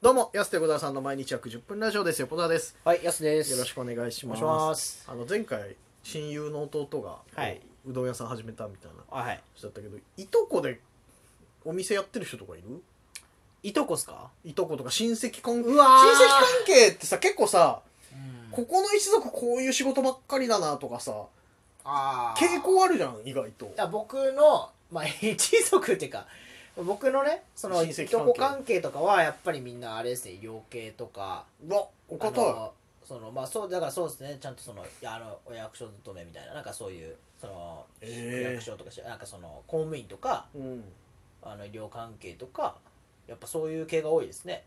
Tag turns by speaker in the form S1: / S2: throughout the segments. S1: どうも、安手小沢さんの毎日約10分ラジオです。横澤です。
S2: はい、やすです。
S1: よろしくお願いします。
S2: お願いします
S1: あの前回、親友の弟が、
S2: はい
S1: こううどん屋さん始めたみたいな
S2: あ、はい。
S1: 話だったけど、いとこでお店やってる人とかいる
S2: いとこっすか
S1: いとことか親戚関係。
S2: うわー
S1: 親戚関係ってさ、結構さ、
S2: こ
S1: ここの一族こういう仕事ばっかりだなとかさ、
S2: あー
S1: 傾向あるじゃん、意外と
S2: い。や僕の、まあ、 一族っていうか、僕のね、その、
S1: 親
S2: い
S1: 戚関係
S2: とこ関係とかは、やっぱりみんなあれですね、養鶏とか、
S1: うわ、お
S2: あ
S1: 堅い。
S2: のその、まあ、そう、だからそうですね、ちゃんとその、いやあの、お役所勤めみたいな、なんかそういう、その、
S1: えー
S2: 役所とかし、なんかその、公務員とか、
S1: うん。
S2: あの、医療関係とか、やっぱそういう系が多いですね。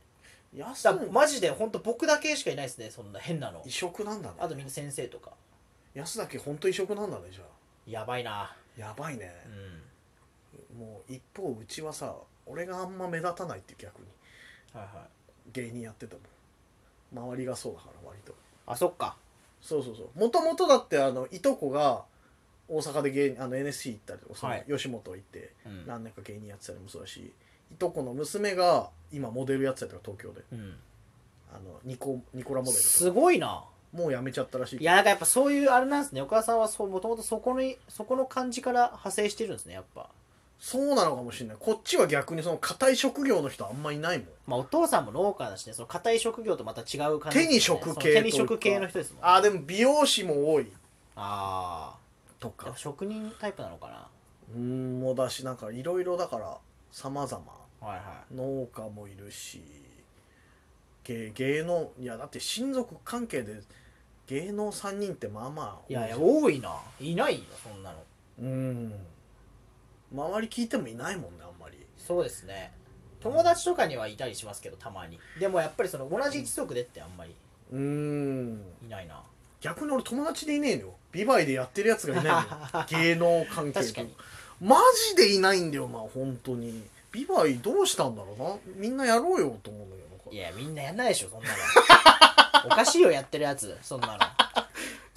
S1: 安
S2: だ
S1: さ
S2: か
S1: ん
S2: ら、マジで、本当僕だけしかいないですね、そんな変なの
S1: 異。色なんだね。
S2: あとみんな先生とか。
S1: 安だけ本当異色なんだね、じゃあ。
S2: やばいな。
S1: やばいね。
S2: うん。
S1: もう一方うちはさ俺があんま目立たないっていう逆に
S2: はいはい
S1: 芸人やってても周りがそうだから割と
S2: あそっか
S1: そうそうそうもともとだってあのいとこが大阪で芸人あの NSC 行ったりとかその
S2: はい
S1: 吉本行って
S2: うん
S1: 何年か芸人やってたりもそうだし、いとこの娘が今モデルやってたりとか東京であのニコニコラモデルとか
S2: すごいな
S1: もうやめちゃったらしい
S2: いやなんかやっぱそういうあれなんですねお母さんはそうもともとそこにそこの感じから派生してるんですねやっぱ
S1: そうなのかもしれないこっちは逆にその固い職業の人あんまいないもん
S2: まあお父さんも農家だしねその硬い職業とまた違う感じですね、
S1: 手に職系
S2: そ
S1: とい
S2: の
S1: うか
S2: 手に職系の人ですもんあ
S1: あーでも美容師も多い
S2: あ
S1: と
S2: ーや
S1: か
S2: っぱ職人タイプなのか
S1: うんもうだしなんかいろいろだから様々
S2: なはいは
S1: 農家もいるし芸芸能いやだって親族関係で芸能3人ってまあまあ
S2: いいやいや
S1: 多じ
S2: 多いないないよそんなの
S1: ゃんうん周り聞いてもいないもんねあんまり
S2: そうですね友達とかにはいたりしますけどたまにでもやっぱりその同じ一族でってあんまり
S1: うん
S2: いないな
S1: 逆に俺友達でいねえのよビバイでやってるやつがいな いのよ芸能関係
S2: 確
S1: と
S2: かに
S1: マジでいないんだよな本当にビバイどうしたんだろうなみんなやろうよと思うんだけどなんか
S2: いやみんなやんないでし ょそんなのおかしいよやってるやつそんな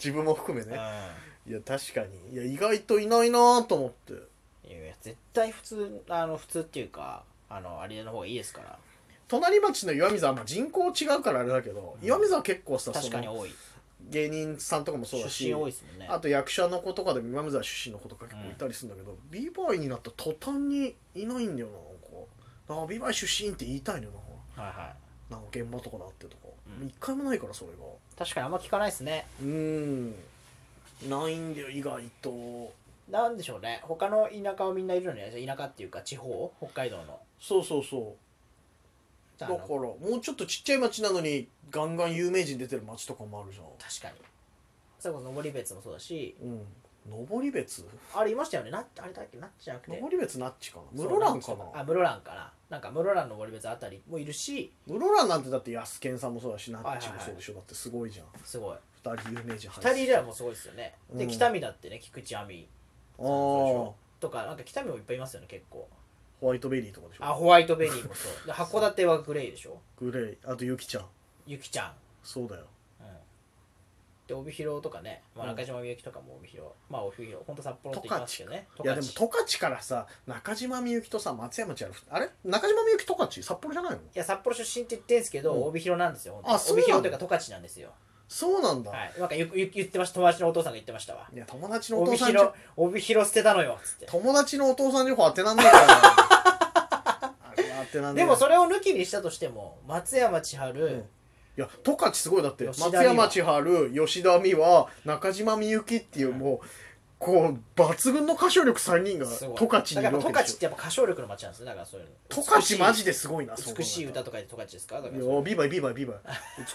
S1: 自分も含め
S2: の、うん、
S1: ね
S2: いや
S1: いや確かにいや意外といないなと思って
S2: いや絶対普通あの普通っていうかあのあれの方がいいですから
S1: 隣町の岩水はまあ人口違うからあれだけど、
S2: うん
S1: 岩水は結構さ
S2: 確かに
S1: その
S2: 多い
S1: 芸人さんとかもそうだ
S2: 出
S1: し
S2: 身多いですもんね
S1: あと役者の子とかでも岩水は出身の子とか結構いたりするんだけど、ビバイになった途端にいないんだよななんかだからビバイ出身って言いたいのよ
S2: はいは
S1: ななんか現場とかだってとか
S2: うん
S1: 一、回もないからそれが
S2: い確かにあんま聞かないですね
S1: うーんないんだよ意外と
S2: なんでしょうね他の田舎はみんないるのに田舎っていうか地方北海道の
S1: そうそうそうだ
S2: あの
S1: からもうちょっとちっちゃい町なのにガンガン有名人出てる町とかもあるじゃ
S2: 確かにそれこそ登別もそうだし
S1: んうん登別
S2: あれいましたよねなあれだっけなっちじゃなくて
S1: 登別なっちかな室蘭か
S2: そう
S1: な
S2: あ室蘭かななんか室蘭の登別あたりもいるし
S1: 室蘭なんてだって安健さんもそうだしなっち
S2: はい
S1: も
S2: はい
S1: そうでしょ、だってすごいじゃん
S2: すごい
S1: 2人有名人入って
S2: 二人いればもうすごいですよね、
S1: う
S2: で
S1: ん
S2: 北見だってね菊池亜美
S1: ああホ
S2: とかなんか北見もいっぱいいますよね結構
S1: ワイトベリーとかでし
S2: あ
S1: ょ
S2: ホワイトベリーもそうで函館はグレイでしょ
S1: グレイあとゆきちゃん
S2: ゆきちゃん、
S1: そうだよ
S2: うん、で帯広とかね、まあ、
S1: うん
S2: 中島みゆきとかも帯広まあ帯広ほんと札幌って言いますけどね
S1: いやでも
S2: 十勝
S1: 十勝からさ中島みゆきとさ松山千春あれ中島みゆき十勝札幌じゃないの
S2: いや札幌出身って言ってんですけど、
S1: うん
S2: 帯広なんですよほんと
S1: あそう
S2: 帯
S1: なの
S2: 広というか十勝なんですよ
S1: そうなんだ、
S2: はいなんかゆゆ言ってました友達のお父さんが言ってましたわ
S1: い、や友達のお
S2: 帯
S1: 父さん
S2: 広帯広捨てたのよっつって
S1: 友達のお父さん情報当てなんねえからなあれは当てなんね
S2: で
S1: え
S2: もそれを抜きにしたとしても松山千春、
S1: んいや十勝すごいだって
S2: 吉田美
S1: 松
S2: 和
S1: 山千春吉田美和中島みゆきっていうもうこう抜群の歌唱力3人が
S2: す
S1: 十
S2: ごい
S1: 勝にい
S2: だ
S1: る
S2: から
S1: わけでし
S2: 十勝っ
S1: て
S2: やっぱ歌唱力の街なんですねだからそういう
S1: ょ
S2: の
S1: 十勝マジ
S2: で
S1: ですごいなそう考えた
S2: 美
S1: ら
S2: しい歌とかで十勝ですかだから
S1: いやビバイビバイビバイ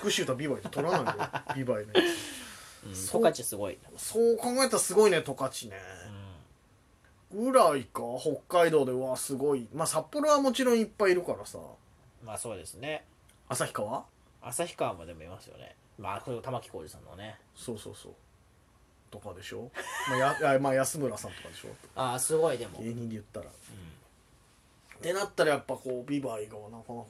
S1: 美しい歌ビバイって取らないよビ バイね
S2: うん十
S1: そう
S2: 勝すごい、
S1: そう考えたらすごいね十勝ねぐらいか北海道でうわすごいまあ札幌はもちろんいっぱいいるからさ
S2: まあそうですね
S1: 旭川
S2: 旭川もでもいますよねまあこれ玉置浩二さんのね
S1: そうそうそうとかでしょ、 まあ、やあまあ安村さんとかでしょ
S2: ああすごいでも、
S1: 芸人で言ったら、ってなったらやっぱこうビバイがなかなか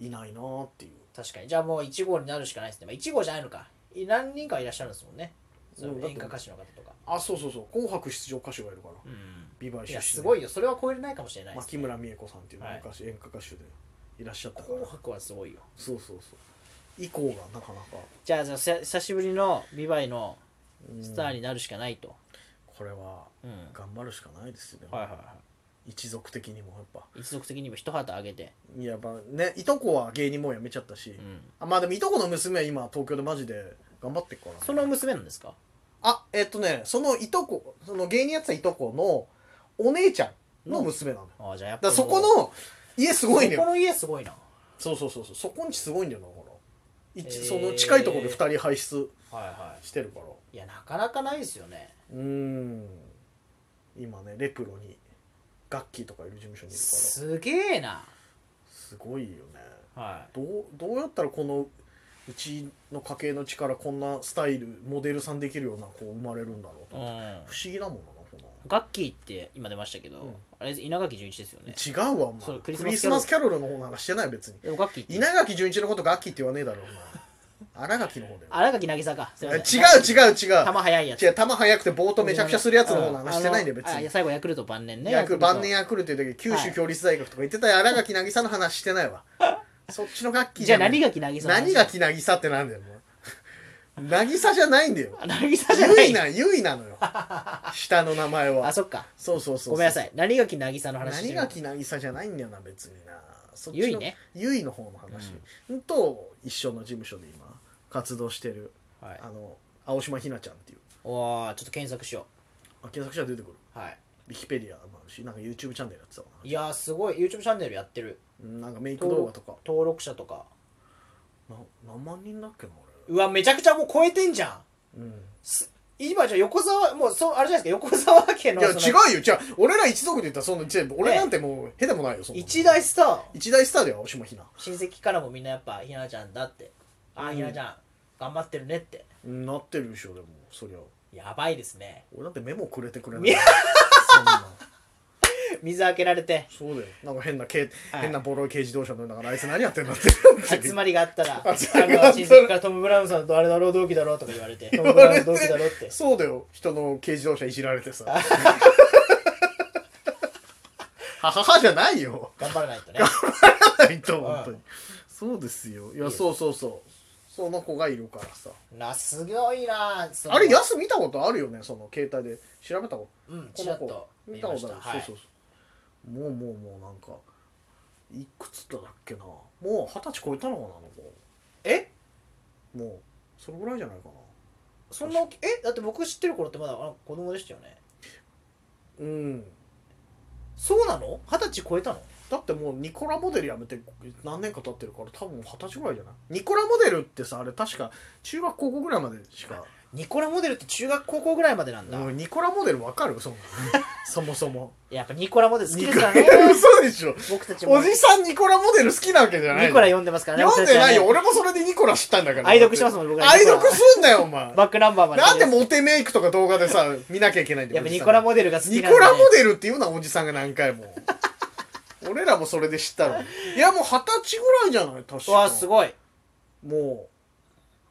S1: いないなーっていう
S2: 確かにじゃあもう1号になるしかないですね、まあ、1号じゃないのかい何人かいらっしゃるんですもんねその
S1: うんだって
S2: 演歌歌手の方とか、
S1: あそうそうそう「紅白」出場歌手がいるから
S2: うん
S1: ビバイ
S2: い
S1: 出身
S2: やすご
S1: い
S2: いよそれは超えれないかもしれないです、
S1: 牧村美恵子さんっていう
S2: はい
S1: 昔演歌歌手で、いらっしゃったから
S2: 紅白はすごいよ
S1: そうそうそう以降がなかなか、
S2: じゃあじゃあせ久しぶりのビバイの
S1: うん
S2: スターになるしかないと、
S1: これは
S2: うん
S1: 頑張るしかないですよね、
S2: はいはいは
S1: 一族的にもやっぱ
S2: い一族的にも一旗あげて、
S1: いやまあねいとこは芸人もう辞めちゃったし、
S2: うん、
S1: あまあでもいとこの娘は今東京でマジで頑張ってっから、ね、
S2: その娘なんですか
S1: あえっとねそのいとこその芸人やってたいとこのお姉ちゃんの娘なの、だか
S2: ああじゃあやっぱ
S1: らそこの家すごいの
S2: そこ
S1: よ
S2: の家すごいな
S1: そうそうそうそうそこんちすごいんだよなほら、いち
S2: へー
S1: その近いところで2人輩出
S2: はいは
S1: してるから
S2: いいやなかなかないですよね
S1: うーん今ねレプロにガッキーとかいる事務所にいるからす
S2: すげえな
S1: ごいよね
S2: は
S1: どうどうやったらこのうちの家系の力こんなスタイルモデルさんできるような子生まれるんだろう
S2: い、
S1: と、
S2: う
S1: 不
S2: ん、
S1: 思議だもんなこの
S2: ガッキーって今出ましたけど、
S1: うん
S2: あれ稲垣潤一ですよね
S1: 違うわお
S2: そ
S1: 前
S2: う
S1: ク
S2: ク
S1: リ
S2: リスマ
S1: スマ
S2: ス
S1: スキャロルの方なんかしてない別に
S2: でもガッキーって
S1: 稲垣潤一のことガッキーって言わねえだろお 前新垣の方だよ
S2: 荒垣渚かすい
S1: い
S2: ま
S1: や
S2: せ
S1: 違
S2: ん
S1: う違う違う
S2: 球速いやつ
S1: 違う球速くてボートめちゃくちゃするやつの方の話してないんだよ別
S2: あのあい
S1: に
S2: や最後ヤクルト晩年ね
S1: ヤク晩年
S2: ヤ
S1: ヤクルトいう時九州共立大学とか言ってたよ荒垣渚の話してないわそっちの楽
S2: クル
S1: 器
S2: トじゃあ
S1: ない
S2: 何垣渚の話
S1: 何がき渚ってなんだよもう渚じゃないんだよ
S2: あ 渚じゃな
S1: ゆ
S2: い
S1: いなゆいなのよ下の名前は
S2: あそっか
S1: そうそうそうそう
S2: ごめんなさい何垣渚の話し
S1: 何
S2: てる
S1: がき渚じゃないんだよな別になそっちの
S2: ゆいね
S1: ゆいの方の話、と一緒の事務所で今活動してる
S2: はい
S1: あの青島ひなちゃんっていう
S2: おーちょっと検索しよ
S1: あ検索したら出てくる
S2: うはい
S1: ウィキペディアもあるしなんか YouTube チャンネルやってたわ
S2: いやーすごい YouTube チャンネルやってる
S1: うんなんかメイク
S2: 登
S1: 動画
S2: 録
S1: とか
S2: 登録者とか
S1: な何万人だっけな俺
S2: うわめちゃくちゃもう超えてんじゃん
S1: うん
S2: 今じゃあ横澤もうそうあれじゃないですか横澤家の
S1: いや違
S2: その
S1: うよじゃあ俺ら一族で言ったらその違う俺なんてもうへでもないよそんなの
S2: 一大スター
S1: 一大スターだよ青島ひな
S2: 親戚からもみんなやっぱひなちゃんだってあ
S1: う
S2: ー
S1: ん
S2: ひなちゃん頑張ってるねって
S1: うんなってるでしょでもそりゃ
S2: やばいですね
S1: 俺だってメモくれてくれないい
S2: や
S1: そんな
S2: 水開けられて
S1: そうだよなんか変な軽、
S2: はい
S1: 変なボロい軽自動車乗りながらあいつ何やってんだって
S2: 集まりがあったらあの
S1: 集まりがあったら
S2: 親戚からトム・ブラウンさんとあれだろう同期だろうとか言わ れてトム・ブラウンの同期だろうって
S1: そうだよ人の軽自動車いじられてさはははじゃないよ
S2: 頑張らないとね
S1: ないと本当にそうですよいや
S2: いいよ
S1: そうそうそうその子がいるからさ
S2: なすごいなその
S1: あれヤス見たことあるよねその携帯で調べたこ
S2: うん
S1: と
S2: ち
S1: この
S2: らっ
S1: 子
S2: と
S1: 見
S2: 見
S1: た
S2: ま
S1: こ
S2: し
S1: と
S2: た
S1: ある、
S2: はい
S1: そうそうそうもうもうもうなんかいくつだっけなもう二十歳超えたのかなあの子
S2: え
S1: もうそれぐらいじゃないかな
S2: そんな大きえだって僕知ってる頃ってまだあの子供でしたよね
S1: うん
S2: そうなの二十歳超えたの
S1: だってもうニコラモデルやめて何年か経ってるから多分二十歳ぐらいじゃないニコラモデルってさあれ確か中学高校ぐらいまでしか、
S2: ニコラモデルって中学高校ぐらいまでなんだ、
S1: うんニコラモデルわかる そもそもそも
S2: やっぱニコラモデル好きですから
S1: ニ
S2: ね
S1: コラ嘘でしょ
S2: 僕たちも
S1: おじさんニコラモデル好きなわけじゃない
S2: ニコラ読んでますからね
S1: 読んでないよ
S2: 僕
S1: 俺もそれでニコラ知ったんだか
S2: たちはね
S1: ら
S2: 愛読してますもん僕ら
S1: 愛読すんなよお前
S2: バックナン バーまで
S1: なんでモテメイクとか動画でさ見なきゃいけないんだ
S2: や
S1: よ
S2: っぱニコラ
S1: モ
S2: モデルが好き
S1: ニ
S2: な
S1: コ
S2: んで
S1: ラモデルって言うなおじさんが何回 も俺らもそれで知ったのいやもう二十歳ぐらいじゃない確か
S2: うわすごい
S1: もう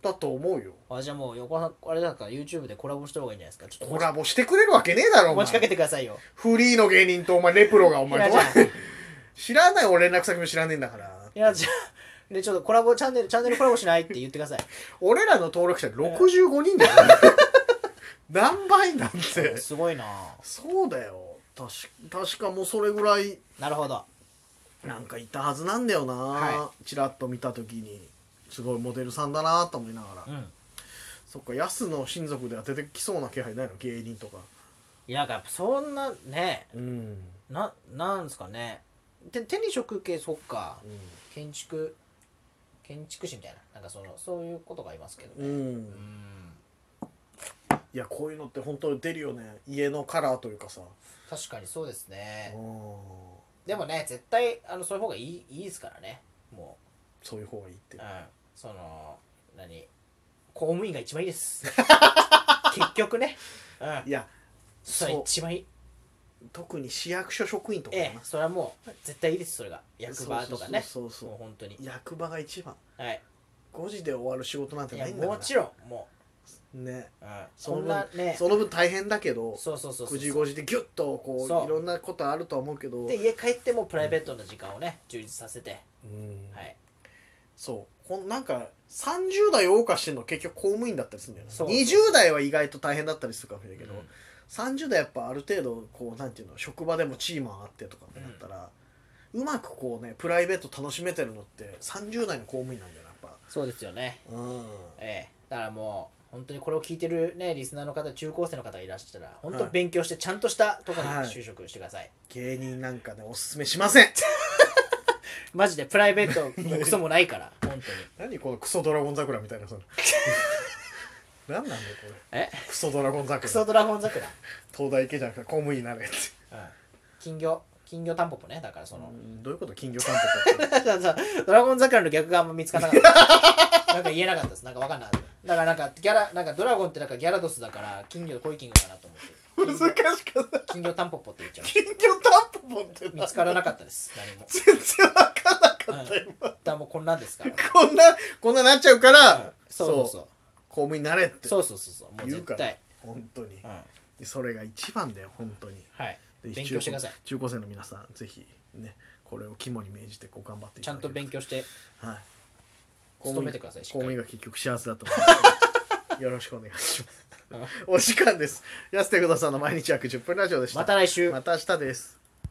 S1: だと思うよ
S2: あじゃあもう横浜あれだから YouTube でコラボした方がいいんじゃないですかちょっと
S1: コラボしてくれるわけねえだろお
S2: 持
S1: 前
S2: ちかけてくださいよ
S1: フリーの芸人とお前レプロがお
S2: ひ
S1: 前
S2: な
S1: どう
S2: ちゃん
S1: 知らない俺連絡先も知らねえんだから
S2: ひなちゃんでちょっとコラボチャンネルチャンネルコラボしないって言ってください
S1: 俺らの登録者65人だよ 何倍なんて
S2: すごいな
S1: そうだよ確か確かもうそれぐらい
S2: なるほど
S1: なんかいたはずなんだよな、
S2: は
S1: チラッと見た時にすごいモデルさんだなと思いながら、
S2: うん
S1: そっかヤスの親族では出てきそうな気配ないの芸人とか
S2: いやなんかやっぱそんなね
S1: うん、うん、
S2: ななんですかねて手に職系そっか建築建築士みたいななんかそのそういうことがいますけど
S1: う
S2: ね
S1: ん
S2: うん
S1: いやこういうのって本当に出るよね家のカラーというかさ、
S2: 確かにそうですね
S1: うん
S2: でもね絶対あのそういう方がいいいいですからねも
S1: そういう方がいいって
S2: う、うん、その何公務員が一番いいです 結局ねうん
S1: いや
S2: それ
S1: そう
S2: 一番いい
S1: 特に市役所職員とかな
S2: ええそれはもう絶対いいですそれが役場とかね
S1: そうそうそうそう
S2: もう本当に
S1: 役場が一番
S2: はい
S1: 5時で終わる仕事なんて
S2: い
S1: な
S2: や
S1: いんだから
S2: もちろんもう
S1: ね
S2: うん、
S1: そ
S2: そ
S1: の
S2: んな
S1: 分
S2: ね
S1: その分大変だけど
S2: そうそうそうそう
S1: 9時5時でギュッとこ
S2: そう
S1: ういろんなことあるとは思うけど、
S2: で家帰ってもプライベートの時間をね充実させて、
S1: うん
S2: はい、
S1: そうこんなんか30代謳歌してるの結局公務員だったりするんだよね
S2: そう
S1: 20代は意外と大変だったりするかもしれないけど、
S2: うん
S1: 30代やっぱある程度こうなんていうの職場でもチームあってとかになったら、うまくこうねプライベート楽しめてるのって30代の公務員なんだよなやっ
S2: そうですよね
S1: ぱうん
S2: ええだからもう本当にこれを聞いてるねリスナーの方中高生の方がいらっしゃったら本当
S1: はい
S2: 勉強してちゃんとしたところに
S1: はい
S2: 就職してください、
S1: 芸人なんかねおすすめしません
S2: マジでプライベートもクソもないから 本当に
S1: 何このクソドラゴン桜みたいな その何なんだよこれ
S2: え
S1: クソドラゴン
S2: ク
S1: 桜
S2: ソドラゴン桜、
S1: 東大行けじゃなくて公務員になれって
S2: うん、金魚金魚タンポポねだからそ の、
S1: うんどういうこと金魚監督って
S2: ドラゴン桜の逆があんま見つからなか った。なんか言えなかったです。なんかわかんなかった。だからなんかギャラ、なんかドラゴンってなんかギャラドスだから、金魚恋金魚かなと 思
S1: 難
S2: って。
S1: しかった
S2: 金魚タンポポって言っちゃう。
S1: 金魚タンポポって
S2: 見
S1: な
S2: つからなかったです。 何も。
S1: 全然わかんなかった今、
S2: だからもうこんなんですから。
S1: こんなこんななっちゃうから、
S2: そうそうそう。
S1: 公務員になれって
S2: そうそうそうそう。も
S1: 言
S2: う
S1: う
S2: 絶
S1: から
S2: 対。
S1: 本当に
S2: うん、
S1: それが一番だよ本当に
S2: はい。
S1: ぜひ
S2: 勉強してください
S1: 中高中高生の皆さんぜひねこれを肝に銘じてこう頑張ってい
S2: ちゃんと勉
S1: 強
S2: 強して。
S1: はい
S2: 勤めてくださいしっ
S1: 公
S2: か
S1: 務
S2: り
S1: 員が結局幸せだと思い ますよろしくお願いしますお時間です安手くださんの毎日約10分ラジオでした
S2: また来週。
S1: また明日です